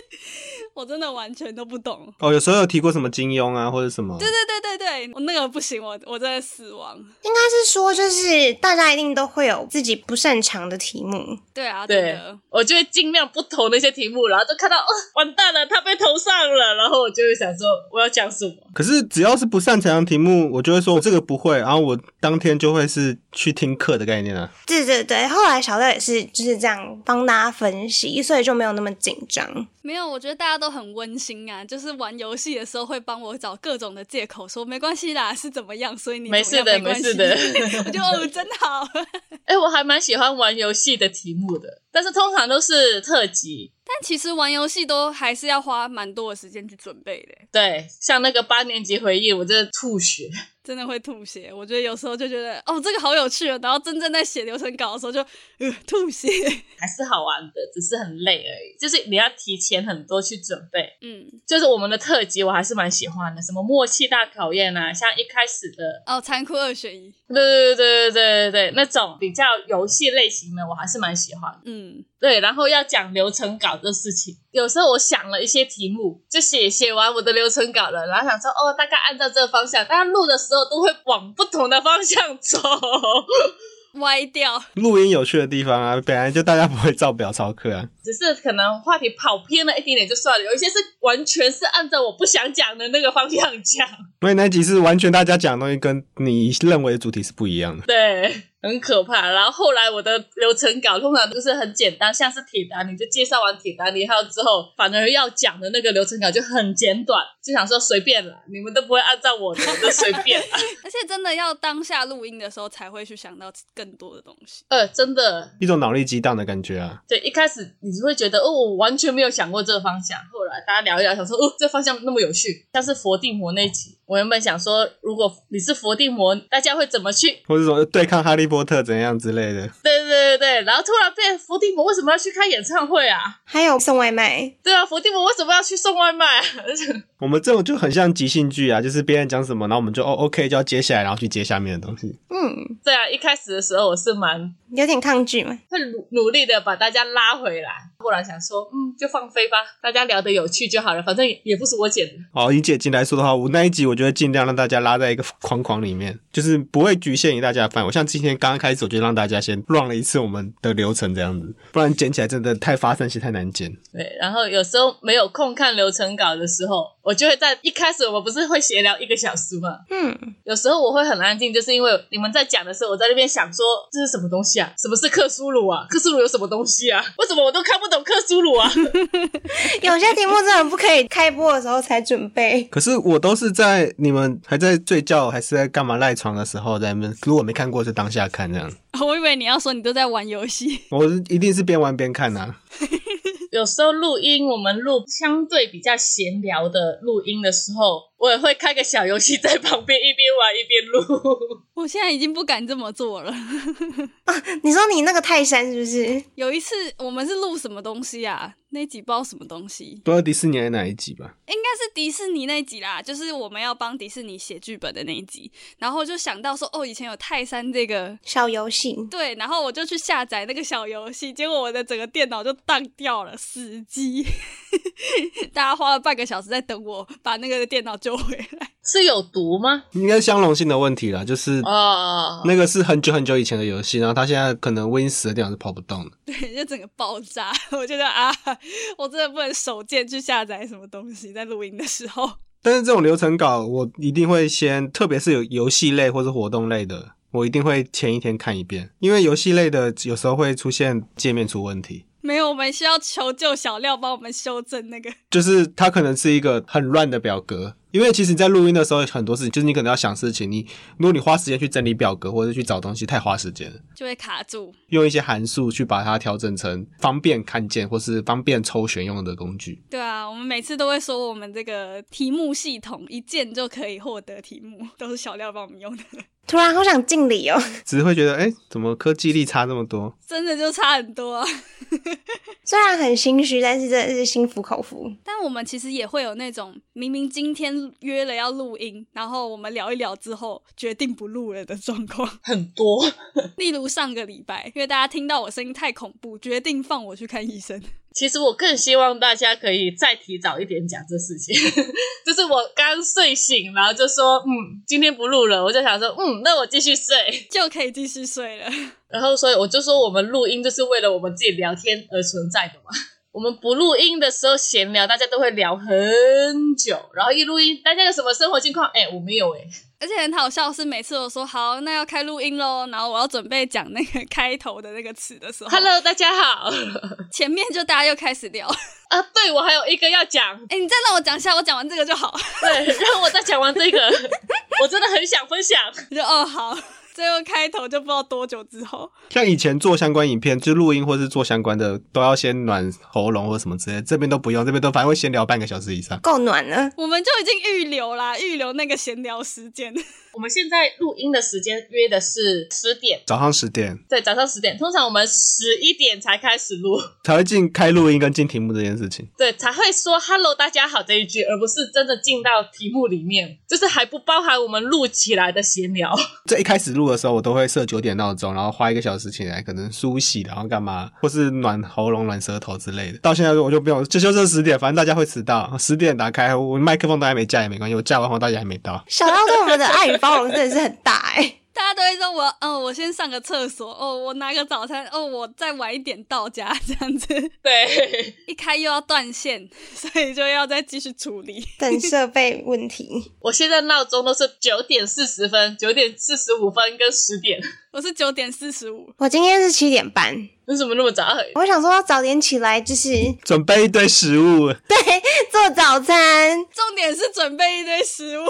[SPEAKER 1] 我真的完全都不懂。
[SPEAKER 4] 哦，有时候有提过什么金庸啊，或者什么。
[SPEAKER 1] 对对对对对，我那个不行，我我真的死亡。
[SPEAKER 2] 应该是说，就是大家一定都会有自己不擅长的题目。
[SPEAKER 1] 对啊，真
[SPEAKER 3] 对
[SPEAKER 1] 的，
[SPEAKER 3] 我就会尽量不投那些题目，然后就看到哦，完蛋了，他被投上了，然后我就会想说我要讲什么。
[SPEAKER 4] 可是只要是不擅长的题目，我就会说我这个不会，然后我当天就会是去听课的概念啊。
[SPEAKER 2] 对对对，后来小廖也是就是这样帮大家分析，所以就没有那么紧张。
[SPEAKER 1] 没有，我觉得大家都很温馨啊，就是玩游戏的时候会帮我找各种的借口说没关系啦，是怎么样，所以你怎么
[SPEAKER 3] 没
[SPEAKER 1] 样没
[SPEAKER 3] 事的，
[SPEAKER 1] 关系。
[SPEAKER 3] 事的。
[SPEAKER 1] 我就哦，真好。
[SPEAKER 3] 哎、我还蛮喜欢玩游戏的题目的，但是通常都是特辑。
[SPEAKER 1] 但其实玩游戏都还是要花蛮多的时间去准备的，欸
[SPEAKER 3] 对，像那个八年级回忆，我真的吐血。
[SPEAKER 1] 真的会吐血。我觉得有时候就觉得哦，这个好有趣哦，然后真正在写流程稿的时候就呃吐血。
[SPEAKER 3] 还是好玩的，只是很累而已。就是你要提前很多去准备。
[SPEAKER 1] 嗯，
[SPEAKER 3] 就是我们的特辑，我还是蛮喜欢的，什么默契大考验啊，像一开始的，
[SPEAKER 1] 哦，残酷二选一。
[SPEAKER 3] 对对对对对对对，那种比较游戏类型的，我还是蛮喜欢的。
[SPEAKER 1] 嗯，
[SPEAKER 3] 对，然后要讲流程稿的事情，有时候我想了一些题目，就写写完我的流程稿了，然后想说，哦，大概按照这个方向，但录的时候都会往不同的方向走。
[SPEAKER 1] 歪掉。
[SPEAKER 4] 录音有趣的地方啊，本来就大家不会照表抄课啊。
[SPEAKER 3] 只是可能话题跑偏了一点点就算了，有一些是完全是按照我不想讲的那个方向讲，
[SPEAKER 4] 所以那集是完全大家讲的东西跟你认为的主题是不一样的。
[SPEAKER 3] 对，很可怕。然后后来我的流程稿通常就是很简单，像是铁达尼，就介绍完铁达尼号之后，反而要讲的那个流程稿就很简短，就想说随便了，你们都不会按照我的，就随便啦。
[SPEAKER 1] 而且真的要当下录音的时候才会去想到更多的东西。
[SPEAKER 3] 呃，真的，
[SPEAKER 4] 一种脑力激荡的感觉啊。
[SPEAKER 3] 对，一开始你就会觉得哦，我完全没有想过这个方向，后来软，大家聊一聊，想说哦，这方向那么有趣。像是佛地魔那集，我原本想说，如果你是佛地魔，大家会怎么去？
[SPEAKER 4] 或者什么对抗哈利波特怎样之类的。
[SPEAKER 3] 对对对对，然后突然变佛地魔为什么要去开演唱会啊？
[SPEAKER 2] 还有送外卖，
[SPEAKER 3] 对啊，佛地魔为什么要去送外卖、 啊？
[SPEAKER 4] 我们这种就很像即兴剧啊，就是别人讲什么，然后我们就哦 OK 就要接下来，然后去接下面的东西。
[SPEAKER 2] 嗯，
[SPEAKER 3] 对啊，一开始的时候我是蛮
[SPEAKER 2] 有点抗拒嘛。
[SPEAKER 3] 会努努力的把大家拉回来，后来想说，嗯，就放飞吧，大家聊得有趣就好了，反正也也不是我剪的。
[SPEAKER 4] 好，哦以解禁来说的话，我那一集我觉得尽量让大家拉在一个框框里面，就是不会局限于大家的范围。我像今天刚刚开始，我就让大家先 run 了一次我们的流程这样子，不然剪起来真的太发散性太难剪。
[SPEAKER 3] 对，然后有时候没有空看流程稿的时候，我就会在一开始我们不是会闲聊一个小时嘛，
[SPEAKER 2] 嗯，
[SPEAKER 3] 有时候我会很安静，就是因为你们在讲的时候，我在那边想说这是什么东西啊？什么是克苏鲁啊？克苏鲁有什么东西啊？为什么我都看不懂克苏鲁啊？
[SPEAKER 2] 有些题目真的不可以开播的时候才准备。
[SPEAKER 4] 可是我都是在你们还在睡觉还是在干嘛赖床的时候，在那边如果没看过就当下看这样。
[SPEAKER 1] 我以为你要说你都在玩游戏，
[SPEAKER 4] 我是一定是边玩边看呐、啊。
[SPEAKER 3] 有时候录音，我们录相对比较闲聊的录音的时候，我也会开个小游戏在旁边一边玩一边录。
[SPEAKER 1] 我现在已经不敢这么做了。
[SPEAKER 2] 你说你那个泰山是不是？
[SPEAKER 1] 有一次我们是录什么东西啊？那集不知道什么东西，
[SPEAKER 4] 不知道迪士尼的哪一集吧？
[SPEAKER 1] 应该是迪士尼那集啦，就是我们要帮迪士尼写剧本的那一集。然后我就想到说，哦，以前有泰山这个
[SPEAKER 2] 小游戏，
[SPEAKER 1] 对，然后我就去下载那个小游戏，结果我的整个电脑就宕掉了，死机。 大家花了半个小时在等我把那个电脑救回来。
[SPEAKER 3] 是有毒吗？
[SPEAKER 4] 应该是相容性的问题啦，就是
[SPEAKER 3] 哦，
[SPEAKER 4] 那个是很久很久以前的游戏，然后它现在可能 Win 十的电脑是跑不动的。
[SPEAKER 1] 对，就整个爆炸。我觉得啊，我真的不能手贱去下载什么东西，在录音的时候。
[SPEAKER 4] 但是这种流程稿，我一定会先，特别是有游戏类或是活动类的，我一定会前一天看一遍，因为游戏类的有时候会出现界面出问题，
[SPEAKER 1] 没有，我们需要求救小廖帮我们修正那个。
[SPEAKER 4] 就是它可能是一个很乱的表格。因为其实，在录音的时候，很多事情就是你可能要想事情，你如果你花时间去整理表格或者去找东西，太花时间了。
[SPEAKER 1] 就会卡住。
[SPEAKER 4] 用一些函数去把它调整成方便看见或是方便抽选用的工具。
[SPEAKER 1] 对啊，我们每次都会说我们这个题目系统一键就可以获得题目，都是小廖帮我们用的，
[SPEAKER 2] 突然好想敬礼哦。
[SPEAKER 4] 只是会觉得，哎、怎么科技力差这么多？
[SPEAKER 1] 真的就差很多啊。
[SPEAKER 2] 虽然很心虚，但是真的是心服口服。
[SPEAKER 1] 但我们其实也会有那种明明今天约了要录音，然后我们聊一聊之后决定不录了的状况。
[SPEAKER 3] 很多。
[SPEAKER 1] 例如上个礼拜，因为大家听到我声音太恐怖，决定放我去看医生。
[SPEAKER 3] 其实我更希望大家可以再提早一点讲这事情， 就是我刚睡醒，然后就说，嗯，今天不录了，我就想说，嗯，那我继续睡。
[SPEAKER 1] 就可以继续睡了。
[SPEAKER 3] 然后所以我就说，我们录音就是为了我们自己聊天而存在的嘛。 我们不录音的时候闲聊，大家都会聊很久，然后一录音，大家有什么生活近况？哎、我没有哎、
[SPEAKER 1] 而且很好笑是，每次我说好，那要开录音喽，然后我要准备讲那个开头的那个词的时 候
[SPEAKER 3] Hello，大家好。
[SPEAKER 1] 前面就大家又开始聊。
[SPEAKER 3] 啊，对，我还有一个要讲，
[SPEAKER 1] 哎、你再让我讲一下，我讲完这个就好。
[SPEAKER 3] 对，让我再讲完这个， 我真的很想分享。
[SPEAKER 1] 我 就哦好，最后开头就不知道多久之后，
[SPEAKER 4] 像以前做相关影片，就录音或是做相关的，都要先暖喉咙或什么之类的，这边都不用，这边都反正会先聊半个小时以上。
[SPEAKER 2] 够暖了，
[SPEAKER 1] 我们就已经预留啦，预留那个闲聊时间。
[SPEAKER 3] 我们现在录音的时间约的是十点，
[SPEAKER 4] 早上十点
[SPEAKER 3] 对，早上十点。通常我们十一点才开始录，
[SPEAKER 4] 才会进开录音跟进题目这件事情。
[SPEAKER 3] 对，才会说 “hello，大家好”这一句，而不是真的进到题目里面，就是还不包含我们录起来的闲聊。
[SPEAKER 4] 在一开始录的时候，我都会设九点闹钟，然后花一个小时起来，可能梳洗，然后干嘛，或是暖喉咙、暖舌头之类的。到现在我就不用，就就这十点，反正大家会迟到。十点打开，我麦克风都还没架也没关系，我架完后大家还没到。
[SPEAKER 2] 小刀对我们的爱与包容真的是很大哎、
[SPEAKER 1] 大家都会说我，哦，我先上个厕所，哦，我拿个早餐，哦，我再晚一点到家，这样子
[SPEAKER 3] 对，
[SPEAKER 1] 一开又要断线， 所以就要再继续处理。
[SPEAKER 2] 等设备问题，
[SPEAKER 3] 我现在闹钟都是九点四十分、九点四十五分跟十点。
[SPEAKER 1] 我是九点四十五，
[SPEAKER 2] 我今天是七点半，
[SPEAKER 3] 为什么那么早？
[SPEAKER 2] 我想说要早点起来，就是
[SPEAKER 4] 准备一堆食物，
[SPEAKER 2] 做早餐。
[SPEAKER 1] 重点是准备一堆食物。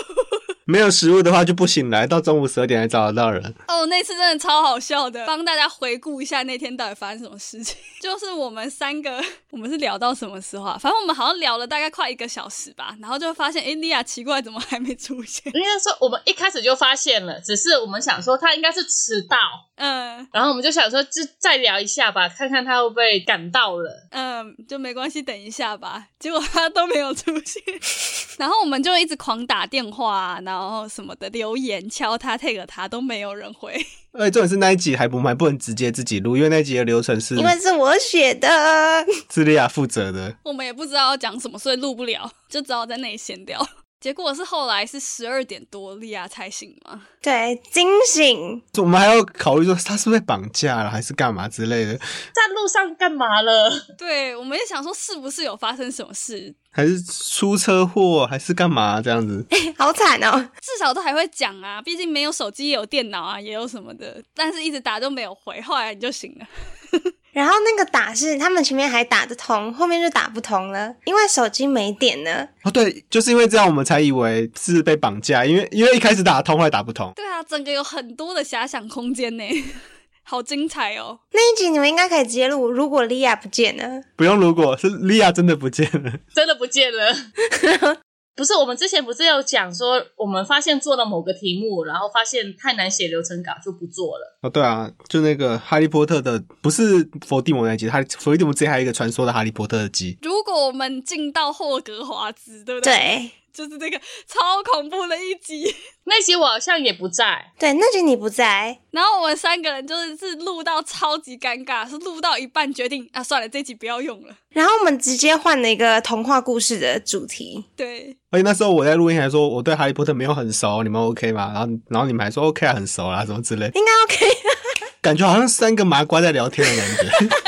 [SPEAKER 4] 没有食物的话就不醒来，到中午十二点还找得到人。
[SPEAKER 1] 哦，那次真的超好笑的，帮大家回顾一下那天到底发生什么事情。 就是我们三个，我们是聊到什么时候啊？反正我们好像聊了大概快一个小时吧，然后就发现，哎，莉亚奇怪，怎么还没出现？
[SPEAKER 3] 应该说我们一开始就发现了，只是我们想说他应该是迟到，
[SPEAKER 1] 嗯
[SPEAKER 3] 然后我们就想说就再聊一下吧，看看他会不会赶到了。
[SPEAKER 1] 嗯，就没关系，等一下吧。结果他都没有出现， 然后我们就一直狂打电话、啊然后什么的留言敲他、take 他都没有人回。
[SPEAKER 4] 而且重点是那一集还不还不能直接自己录，因为那一集的流程是
[SPEAKER 2] 因为是我选的，
[SPEAKER 4] 智利亚负责的。
[SPEAKER 1] 我们也不知道要讲什么，所以录不了，就只好在那里闲聊。结果是后来是十二点多，莉亚才醒嘛。
[SPEAKER 2] 对，惊醒，
[SPEAKER 4] 我们还要考虑说他是不是被绑架了，还是干嘛之类的，
[SPEAKER 3] 在路上干嘛了？
[SPEAKER 1] 对，我们也想说是不是有发生什么事，
[SPEAKER 4] 还是出车祸，还是干嘛这样子？
[SPEAKER 2] 好惨哦！
[SPEAKER 1] 至少都还会讲啊，毕竟没有手机也有电脑啊，也有什么的，但是一直打都没有回，后来你就醒了。
[SPEAKER 2] 然后那个打是他们前面还打得通，后面就打不通了，因为手机没电了。
[SPEAKER 4] 哦，对，就是因为这样，我们才以为是被绑架，因为因为一开始打得通，后来打不通。
[SPEAKER 1] 对啊，整个有很多的遐想空间呢， 好精彩哦！
[SPEAKER 2] 那一集你们应该可以直接录，如果莉亚不见了，
[SPEAKER 4] 不用，如果是莉亚真的不见了，
[SPEAKER 3] 真的不见了。 不是，我们之前不是有讲说，我们发现做了某个题目，然后发现太难写流程稿就不做了。
[SPEAKER 4] 哦，对啊，就那个哈利波特的，不是伏地魔那一集，哈利伏地魔之前还有一个传说的哈利波特的集，
[SPEAKER 1] 如果我们进到霍格华兹，对不对？，
[SPEAKER 2] 对
[SPEAKER 1] 就是这个 超恐怖的一集。
[SPEAKER 3] 那集我好像也不在，
[SPEAKER 2] 对，那集你不在，
[SPEAKER 1] 然后我们三个人就是是录到超级尴尬，是录到一半决定啊，算了，这集不要用了。
[SPEAKER 2] 然后我们直接换了一个童话故事的主题。
[SPEAKER 1] 对，
[SPEAKER 4] 而且那时候我在录音还说我对哈利波特没有很熟，你们 OK 吗？然后然后你们还说 OK 啊，很熟啦，什么之类，
[SPEAKER 2] 应该 OK，
[SPEAKER 4] 感觉好像三个麻瓜在聊天的感觉。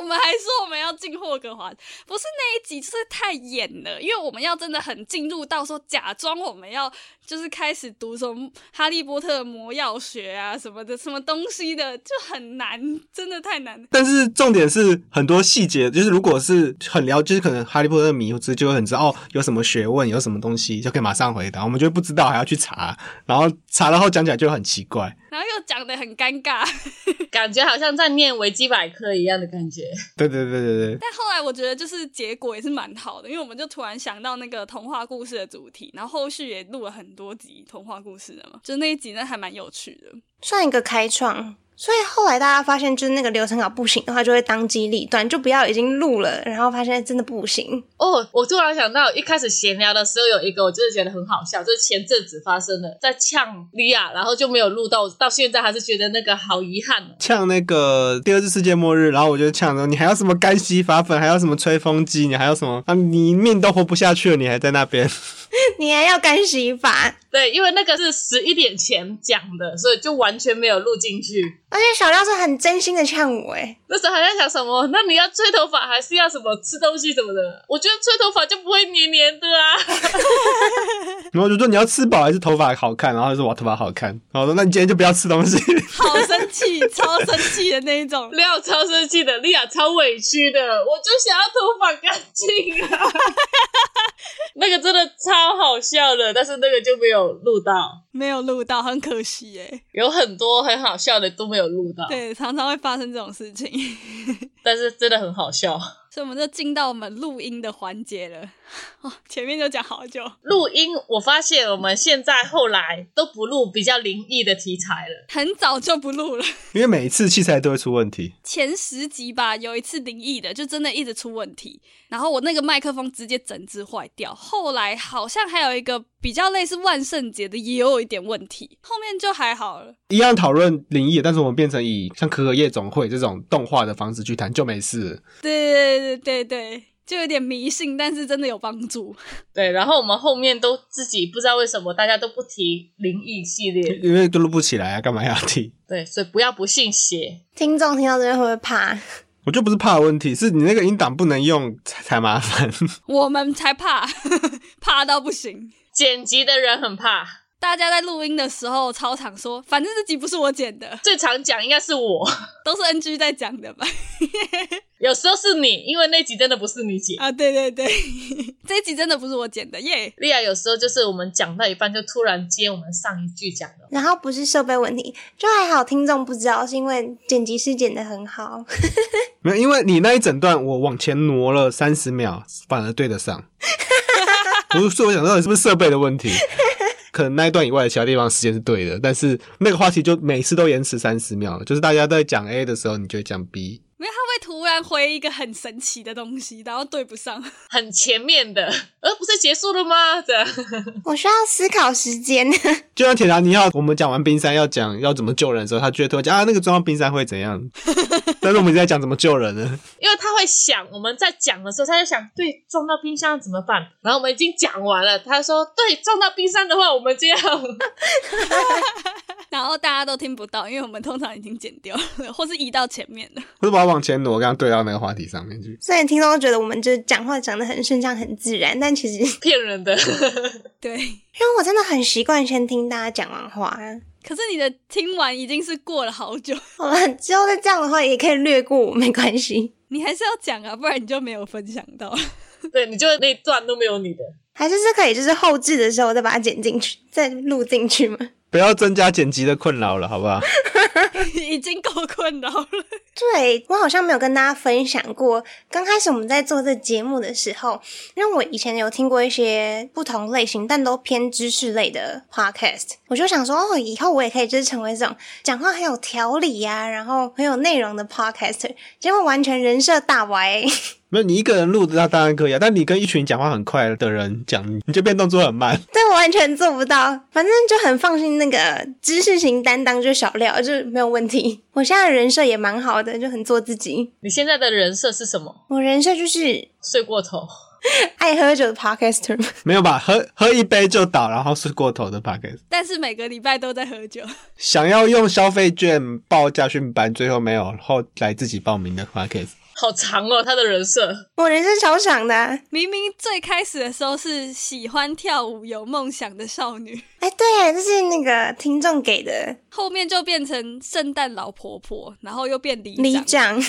[SPEAKER 1] 我们还说我们要进霍格华兹，不是那一集，就是太演了，因为我们要真的很进入到说假装我们要就是开始读什么哈利波特魔药学啊什么的， 什么东西的，就很难，真的太难了。
[SPEAKER 4] 但是重点是很多细节，就是如果是很了，就是可能哈利波特迷之就会很知道哦，有什么学问，有什么东西就可以马上回答，我们就不知道还要去查，然后查了后讲起来就很奇怪。
[SPEAKER 1] 然后又讲的很尴尬，
[SPEAKER 3] 感觉好像在念维基百科一样的感觉。
[SPEAKER 4] 对对对对对，
[SPEAKER 1] 但后来我觉得就是结果也是蛮好的，因为我们就突然想到那个童话故事的主题，然后后续也录了很多集童话故事的嘛，就那一集呢还蛮有趣的。
[SPEAKER 2] 算一个开创。所以后来大家发现，就是那个流程稿不行的话，就会当机立断，就不要已经录了，然后发现真的不行。
[SPEAKER 3] 哦，我突然想到，一开始闲聊的时候有一个，我真的觉得很好笑，就是前阵子发生的，在呛莉亚，然后就没有录到，到现在还是觉得那个好遗憾哦。
[SPEAKER 4] 呛那个第二次世界末日，然后我就呛说你还要什么干洗发粉，还要什么吹风机，你还要什么啊？你命都活不下去了，你还在那边。
[SPEAKER 2] 你还要干洗法，
[SPEAKER 3] 对，因为那个是十一点前讲的，所以就完全没有录进去。
[SPEAKER 2] 而且小廖是很真心的劝我，欸诶，
[SPEAKER 3] 那时候还在想什么？那你要吹头发还是要什么吃东西什么的？我觉得吹头发就不会黏黏的啊。
[SPEAKER 4] 然后我就说你要吃饱还是头发好看？然 后他说我头发好看。然后我说那你今天就不要吃东西。
[SPEAKER 1] 好生气，超生气的那一种。
[SPEAKER 3] 廖超生气的，莉亚超委屈的，我就想要头发干净啊。那个真的超好笑的，但是那个就没有录到，
[SPEAKER 1] 没有录到，很可惜哎。
[SPEAKER 3] 有很多很好笑的都没有录到，
[SPEAKER 1] 对，常常会发生这种事情，
[SPEAKER 3] 但是真的很好笑。
[SPEAKER 1] 所以我们就进到我们录音的环节了。 哦，前面就讲好久，
[SPEAKER 3] 录音我发现我们现在后来都不录比较灵异的题材了，
[SPEAKER 1] 很早就不录了。
[SPEAKER 4] 因为每一次器材都会出问题，
[SPEAKER 1] 前十集吧，有一次灵异的，就真的一直出问题，然后我那个麦克风直接整只坏掉。后来好像还有一个比较类似万圣节的，也有一点问题，后面就还好了。
[SPEAKER 4] 一样讨论灵异，但是我们变成以像可可夜总会这种动画的方式去谈，就没事了。
[SPEAKER 1] 对对对对对，就有点迷信，但是真的有帮助。
[SPEAKER 3] 对，然后我们后面都自己不知道为什么大家都不提灵异系列，
[SPEAKER 4] 因为都录不起来啊，干嘛要听？
[SPEAKER 3] 对，所以不要不信邪。
[SPEAKER 2] 听众听到这边会不会怕？
[SPEAKER 4] 我就不是怕的问题，是你那个音档不能用才才麻烦。
[SPEAKER 1] 我们才怕，怕到不行。
[SPEAKER 3] 剪辑的人很怕，
[SPEAKER 1] 大家在录音的时候超常说，反正这集不是我剪的，
[SPEAKER 3] 最常讲应该是我，
[SPEAKER 1] 都是 NG 在讲的吧？
[SPEAKER 3] 有时候是你，因为那集真的不是你剪。
[SPEAKER 1] 啊，对对 对，这一集真的不是我剪的耶。
[SPEAKER 3] 莉亚有时候就是我们讲到一半就突然接我们上一句讲的，
[SPEAKER 2] 然后不是设备问题，就还好，听众不知道，是因为剪辑师剪的很好。
[SPEAKER 4] 没有，因为你那一整段我往前挪了三十秒，反而对得上。不是，我想到底是不是设备的问题？可能那一段以外的其他地方时间是对的，但是那个话题就每次都延迟三十秒，就是大家在讲 A 的时候，你就会讲 B。
[SPEAKER 1] 没有，他会突然回一个很神奇的东西，然后对不上。
[SPEAKER 3] 很前面的，呃，不是结束了吗？这样
[SPEAKER 2] 我需要思考时间，
[SPEAKER 4] 就像铁达尼号，我们讲完冰山要讲要怎么救人的时候，他就会突然讲啊，那个撞到冰山会怎样？但是我们一直在讲怎么救人呢？
[SPEAKER 3] 因为他会想我们在讲的时候，他就想对撞到冰箱怎么办？然后我们已经讲完了，他说对撞到冰山的话，我们这样
[SPEAKER 1] 然后大家都听不到，因为我们通常已经剪掉了， 或是移到前面了。
[SPEAKER 4] 我就把它往前挪，刚刚对到那个话题上面去。
[SPEAKER 2] 虽然听众都觉得我们就是讲话讲的很顺畅、很自然，但其实因
[SPEAKER 3] 骗人的。
[SPEAKER 1] 对，
[SPEAKER 2] 为我真的很习惯先听大家讲完话，
[SPEAKER 1] 可是你的听完已经是过了好久，
[SPEAKER 2] 好了，之后再这样的话也可以略过，没关系。
[SPEAKER 1] 你还是要讲啊，不然你就没有分享到。
[SPEAKER 3] 对，你就那一段都没有你的，
[SPEAKER 2] 还是是可以，就是后置的时候再把它剪进去，再录进去吗？
[SPEAKER 4] 不要增加剪辑的困扰了，好不好？
[SPEAKER 1] 已经够困扰了。
[SPEAKER 2] 对我好像没有跟大家分享过，刚开始我们在做这节目的时候，因为我以前有听过一些不同类型，但都偏知识类的 podcast，我就想说，哦，以后我也可以就是成为这种讲话很有条理呀、然后很有内容的 podcaster，结果完全人设大歪、
[SPEAKER 4] 没有，你一个人录的那当然可以啊，但你跟一群讲话很快的人讲，你就变动作很慢。
[SPEAKER 2] 但我完全做不到，反正就很放心那个知识型担当就是小廖，就是没有问题。我现在的人设也蛮好的，就很做自己。
[SPEAKER 3] 你现在的人设是什么？
[SPEAKER 2] 我人设就是
[SPEAKER 3] 睡过头。
[SPEAKER 2] 爱喝酒的 podcaster，
[SPEAKER 4] 没有吧？喝喝一杯就倒，然后睡过头的 p a c k e
[SPEAKER 1] 但是每个礼拜都在喝酒，
[SPEAKER 4] 想要用消费券报家训班，最后没有，后来自己报名的 p a c k e
[SPEAKER 3] 好长哦，他的人设
[SPEAKER 2] 我人设超长的、啊。
[SPEAKER 1] 明明最开始的时候是喜欢跳舞、有梦想的少女，
[SPEAKER 2] 哎，对，这是那个听众给的
[SPEAKER 1] 后面就变成圣诞老婆婆，然后又变里
[SPEAKER 2] 里
[SPEAKER 1] 长。
[SPEAKER 2] 长，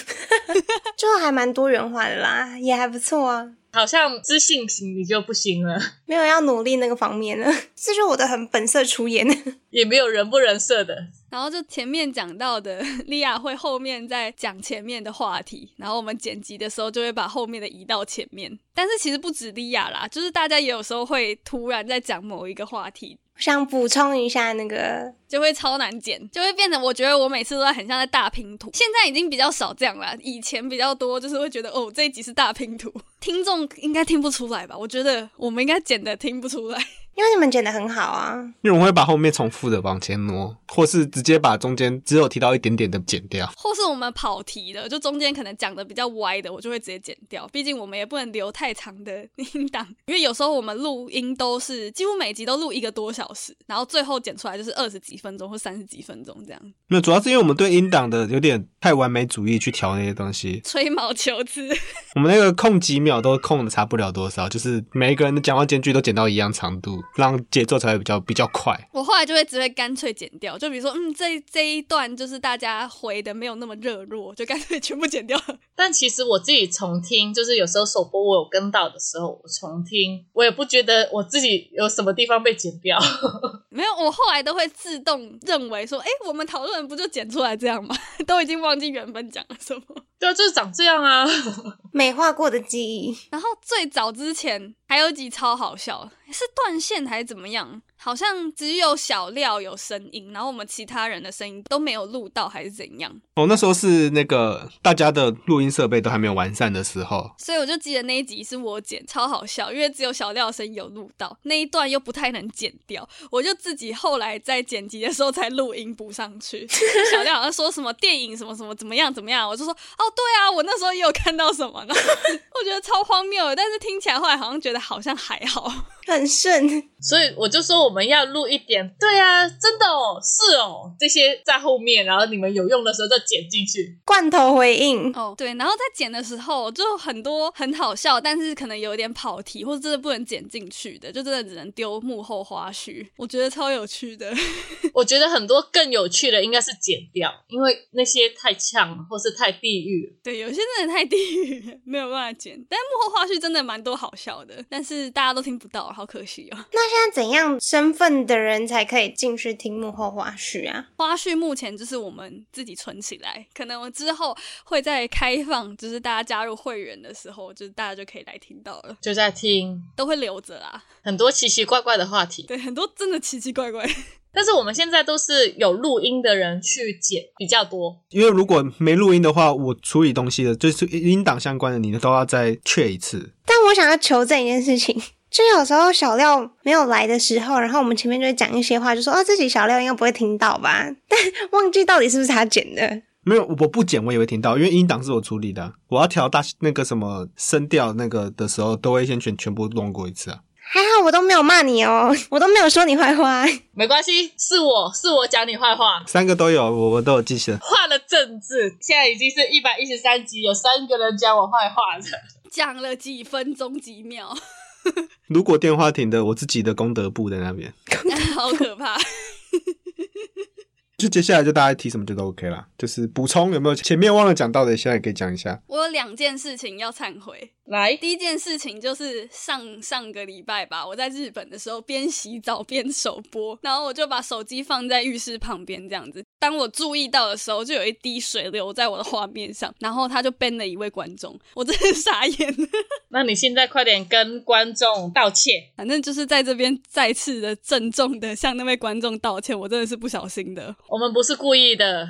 [SPEAKER 2] 就还蛮多元化的啦，也还不错啊。
[SPEAKER 3] 好像知性型你就不行了，
[SPEAKER 2] 没有要努力那个方面呢， 这就是我的很本色出演。
[SPEAKER 3] 也没有人不人设的。
[SPEAKER 1] 然后就前面讲到的， 莉亚会后面再讲前面的话题，然后我们剪辑的时候就会把后面的移到前面。但是其实不止莉亚啦，就是大家也有时候会突然在讲某一个话题，
[SPEAKER 2] 我 想补充一下那个
[SPEAKER 1] 就会超难剪，就会变成我觉得我每次都在很像在大拼图。现在已经比较少这样啦，以前比较多，就是会觉得哦这一集是大拼图， 听众应该听不出来吧？我觉得我们应该剪的听不出来。
[SPEAKER 2] 因为你们剪的很好啊，
[SPEAKER 4] 因为我会把后面重复的往前挪，或是直接把中间只有提到一点点的剪掉。
[SPEAKER 1] 或是我们跑题了，就中间可能讲的比较歪的，我就会直接剪掉。毕竟我们也不能留太长的音档，因为有时候我们录音都是几乎每集都录一个多小时，然后最后剪出来就是二十几分钟或三十几分钟这样，
[SPEAKER 4] 那主要是因为我们对音档的有点太完美主义去调那些东西，
[SPEAKER 1] 吹毛求疵。
[SPEAKER 4] 我们那个空几秒都空的差不了多少，就是每一个人的讲话间距都剪到一样长度，让节奏才会比较比较快。
[SPEAKER 1] 我后来就会只会干脆剪掉，就比如说，嗯，这这一段就是大家回的没有那么热络，就干脆全部剪掉了。
[SPEAKER 3] 但其实我自己重听，就是有时候首播我有跟到的时候，我重听，我也不觉得我自己有什么地方被剪掉。
[SPEAKER 1] 没有，我后来都会自动认为说，哎，我们讨论不就剪出来这样吗？ 都已经忘记原本讲了什么。
[SPEAKER 3] 对啊，就是长这样啊。
[SPEAKER 2] 美化过的记忆。
[SPEAKER 1] 然后最早之前还有一集超好笑，是断线还是怎么样？好像只有小廖有声音，然后我们其他人的声音都没有录到，还是怎样？
[SPEAKER 4] 哦，那时候是那个大家的录音设备都还没有完善的时候，
[SPEAKER 1] 所以我就记得那一集是我剪，超好笑，因为只有小廖的声音有录到那一段，又不太能剪掉，我就自己后来在剪辑的时候才录音补上去。小廖好像说什么电影什么什么怎么样怎么样，我就说哦对啊，我那时候 也有看到什么呢，我觉得超荒谬的，但是听起来后来好像觉得好像还好。
[SPEAKER 2] 很顺。
[SPEAKER 3] 所以我就说我们要录一点，对啊，真的哦，是哦，这些在后面，然后你们有用的时候再剪进去。
[SPEAKER 2] 罐头回 应，
[SPEAKER 1] 哦，对，然后在剪的时候就很多很好笑，但是可能有点跑题，或者真的不能剪进去的，就真的只能丢幕后花絮。我觉得超有趣的，
[SPEAKER 3] 我觉得很多更有趣的应该是剪掉，因为那些太呛了或是太地狱了。
[SPEAKER 1] 对，有些真的太地狱了，没有办法剪。但幕后花絮真的蛮多好笑的，但是大家都听不到，好可惜哦。
[SPEAKER 2] 那怎样身份的人才可以进去听幕后花絮啊？
[SPEAKER 1] 花絮目前就是我们自己存起来，可能我之后会在开放，就是大家加入会员的时候，就是大家就可以来听到了，
[SPEAKER 3] 就在听
[SPEAKER 1] 都会留着啦。
[SPEAKER 3] 很多奇奇怪怪的话题，
[SPEAKER 1] 对，很多真的奇奇怪怪。
[SPEAKER 3] 但是我们现在都是有录音的人去剪比较多，
[SPEAKER 4] 因为如果没录音的话，我处理东西的，就是音档相关的，你都要再确一次。
[SPEAKER 2] 但我想要求证一件事情，就有时候小廖没有来的时候，然后我们前面就会讲一些话，就说啊，这集小廖应该不会听到吧？但 忘记到底是不是他剪的。
[SPEAKER 4] 没有，我不剪我也会听到，因为音档是我处理的啊、我要调大那个什么声调那个的时候，都会先全全部弄过一次啊。
[SPEAKER 2] 还好我都没有骂你哦，我都没有说你坏话。
[SPEAKER 3] 没关系，是我是我讲你坏话，
[SPEAKER 4] 三个都有，我我都有记起来。
[SPEAKER 3] 画了政治，现在已经是一百一十三集，有三个人讲我坏话的。
[SPEAKER 1] 讲了几分钟几秒，
[SPEAKER 4] 如果电话亭的我自己的功德簿在那边，
[SPEAKER 1] 好可怕。
[SPEAKER 4] 就接下来就大家提什么就都 OK 啦。就是补充有没有前面忘了讲到的，现在也可以讲一下。
[SPEAKER 1] 我有两件事情要忏悔。
[SPEAKER 3] 来，
[SPEAKER 1] 第一件事情就是上上个礼拜吧，我在日本的时候边洗澡边手播，然后我就把手机放在浴室旁边这样子。当我注意到的时候，就有一滴水流在我的画面上，然后他就 ban 了一位观众，我真的傻眼 了。
[SPEAKER 3] 那你现在快点跟观众道歉。
[SPEAKER 1] 反正就是在这边再次的郑重的向那位观众道歉，我真的是不小心的。
[SPEAKER 3] 我们不是故意的，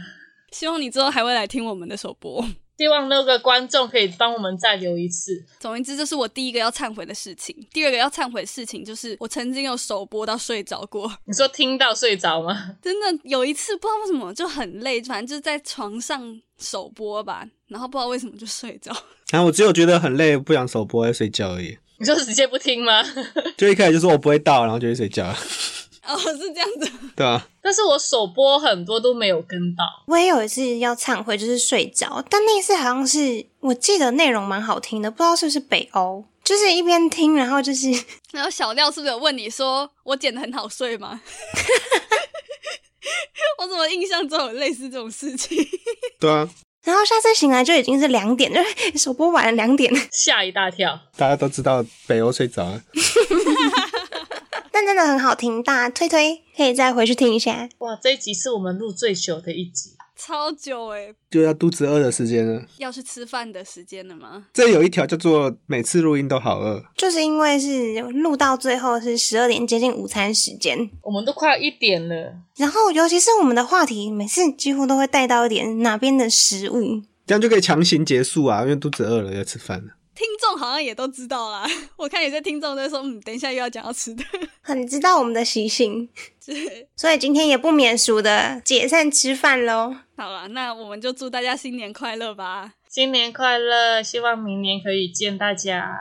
[SPEAKER 1] 希望你之后还会来听我们的首播。
[SPEAKER 3] 希望那个观众可以帮我们再留一次。
[SPEAKER 1] 总而言之，这是我第一个要忏悔的事情。第二个要忏悔的事情就是，我曾经有首播到睡着过，
[SPEAKER 3] 你说听到睡着吗？
[SPEAKER 1] 真的有一次不知道为什么就很累，反正就是在床上首播吧，然后不知道为什么就睡着。
[SPEAKER 4] 然后我只有觉得很累，不想首播，要睡觉而已。
[SPEAKER 3] 你说直接不听吗？
[SPEAKER 4] 就一开始就说我不会到，然后就去睡觉 了，
[SPEAKER 1] 哦，是这样子。
[SPEAKER 4] 对啊，
[SPEAKER 3] 但是我首播很多都没有跟到，
[SPEAKER 2] 我也有一次要忏悔，就是睡着，但那一次好像是我记得内容蛮好听的，不知道是不是北欧，就是一边听，然后就是
[SPEAKER 1] 然后小廖是不是有问你说我剪的很好睡吗？ 我怎么印象中有类似这种事情？
[SPEAKER 4] 对啊，
[SPEAKER 2] 然后下次醒来就已经是两 点，就是首播完了 两点。
[SPEAKER 3] 吓一大跳。
[SPEAKER 4] 大家都知道北欧睡着了。
[SPEAKER 2] 但真的很好听，大家推推可以再回去听一下。
[SPEAKER 3] 哇，这一集是我们录最久的一集。
[SPEAKER 1] 超久诶、
[SPEAKER 4] 就要肚子饿的时间了。
[SPEAKER 1] 要去吃饭的时间了吗？
[SPEAKER 4] 这有一条叫做每次录音都好饿，
[SPEAKER 2] 就是因为是录到最后是十二点接近午餐时间，
[SPEAKER 3] 我们都快要一点了，
[SPEAKER 2] 然后尤其是我们的话题，每次几乎都会带到一点哪边的食物。
[SPEAKER 4] 这样就可以强行结束啊，因为肚子饿了要吃饭了。
[SPEAKER 1] 听众好像也都知道啦。我看有些听众在说，嗯，等一下又要讲到吃的，
[SPEAKER 2] 很知道我们的习性，
[SPEAKER 1] 就是
[SPEAKER 2] 所以今天也不免俗的解散吃饭喽。
[SPEAKER 1] 好了，那我们就祝大家新年快乐吧。
[SPEAKER 3] 新年快乐！希望明年可以见大家。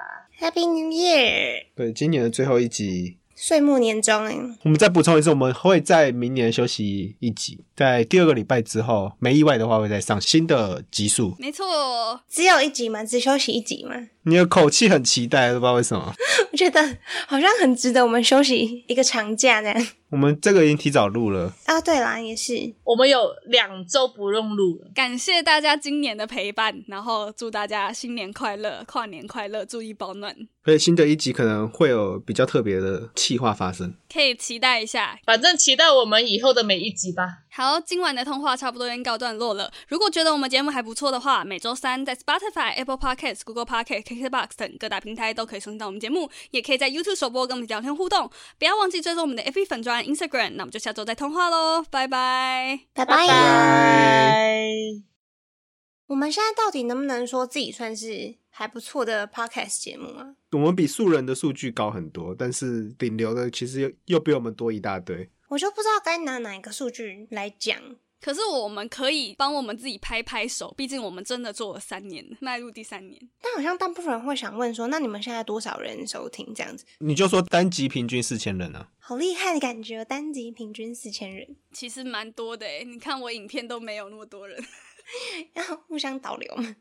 [SPEAKER 2] Happy New Year，
[SPEAKER 4] 对，今年的最后一集，
[SPEAKER 2] 岁末年终哎，
[SPEAKER 4] 我们再补充一次，我们会在明年休息一集，在第二个礼拜之后，没意外的话会再上新的集数。
[SPEAKER 1] 没错，
[SPEAKER 2] 只有一集嘛，只休息一集嘛，
[SPEAKER 4] 你的口气很期待，都不知道为什么。
[SPEAKER 2] 我觉得好像很值得我们休息一个长假这样。
[SPEAKER 4] 我们这个已经提早录了，
[SPEAKER 2] 啊，对啦，也是，
[SPEAKER 3] 我们有两周不用录了，
[SPEAKER 1] 感谢大家今年的陪伴，然后祝大家新年快乐，跨年快乐，注意保暖，
[SPEAKER 4] 所以新的一集可能会有比较特别的企划发生。
[SPEAKER 1] 可以期待一下。
[SPEAKER 3] 反正期待我们以后的每一集吧。
[SPEAKER 1] 好，今晚的通话差不多已经告段落了。如果觉得我们节目还不错的话，每周三在 Spotify、Apple Podcasts、Google Podcasts、KKBox 等各大平台都可以收听到我们节目，也可以在 YouTube 首播跟我们聊天互动。不要忘记追踪我们的 FB 粉专、Instagram。那我们就下周再通话喽，拜拜。
[SPEAKER 2] 拜拜。
[SPEAKER 3] 拜。
[SPEAKER 2] 我们现在到底能不能说自己算是还不错的 podcast 节目啊？
[SPEAKER 4] 我们比素人的数据高很多，但是顶流的其实又又比我们多一大堆。
[SPEAKER 2] 我就不知道该拿哪一个数据来讲。
[SPEAKER 1] 可是我们可以帮我们自己拍拍手，毕竟我们真的做了三年，迈入第三年。
[SPEAKER 2] 但好像大部分人会想问说，那你们现在多少人收听这样子？
[SPEAKER 4] 你就说单集平均四千人啊，
[SPEAKER 2] 好厉害的感觉哦，单集平均四千人，
[SPEAKER 1] 其欸实蛮多的诶，你看我影片都没有那么多人。
[SPEAKER 2] 要互相导流嘛。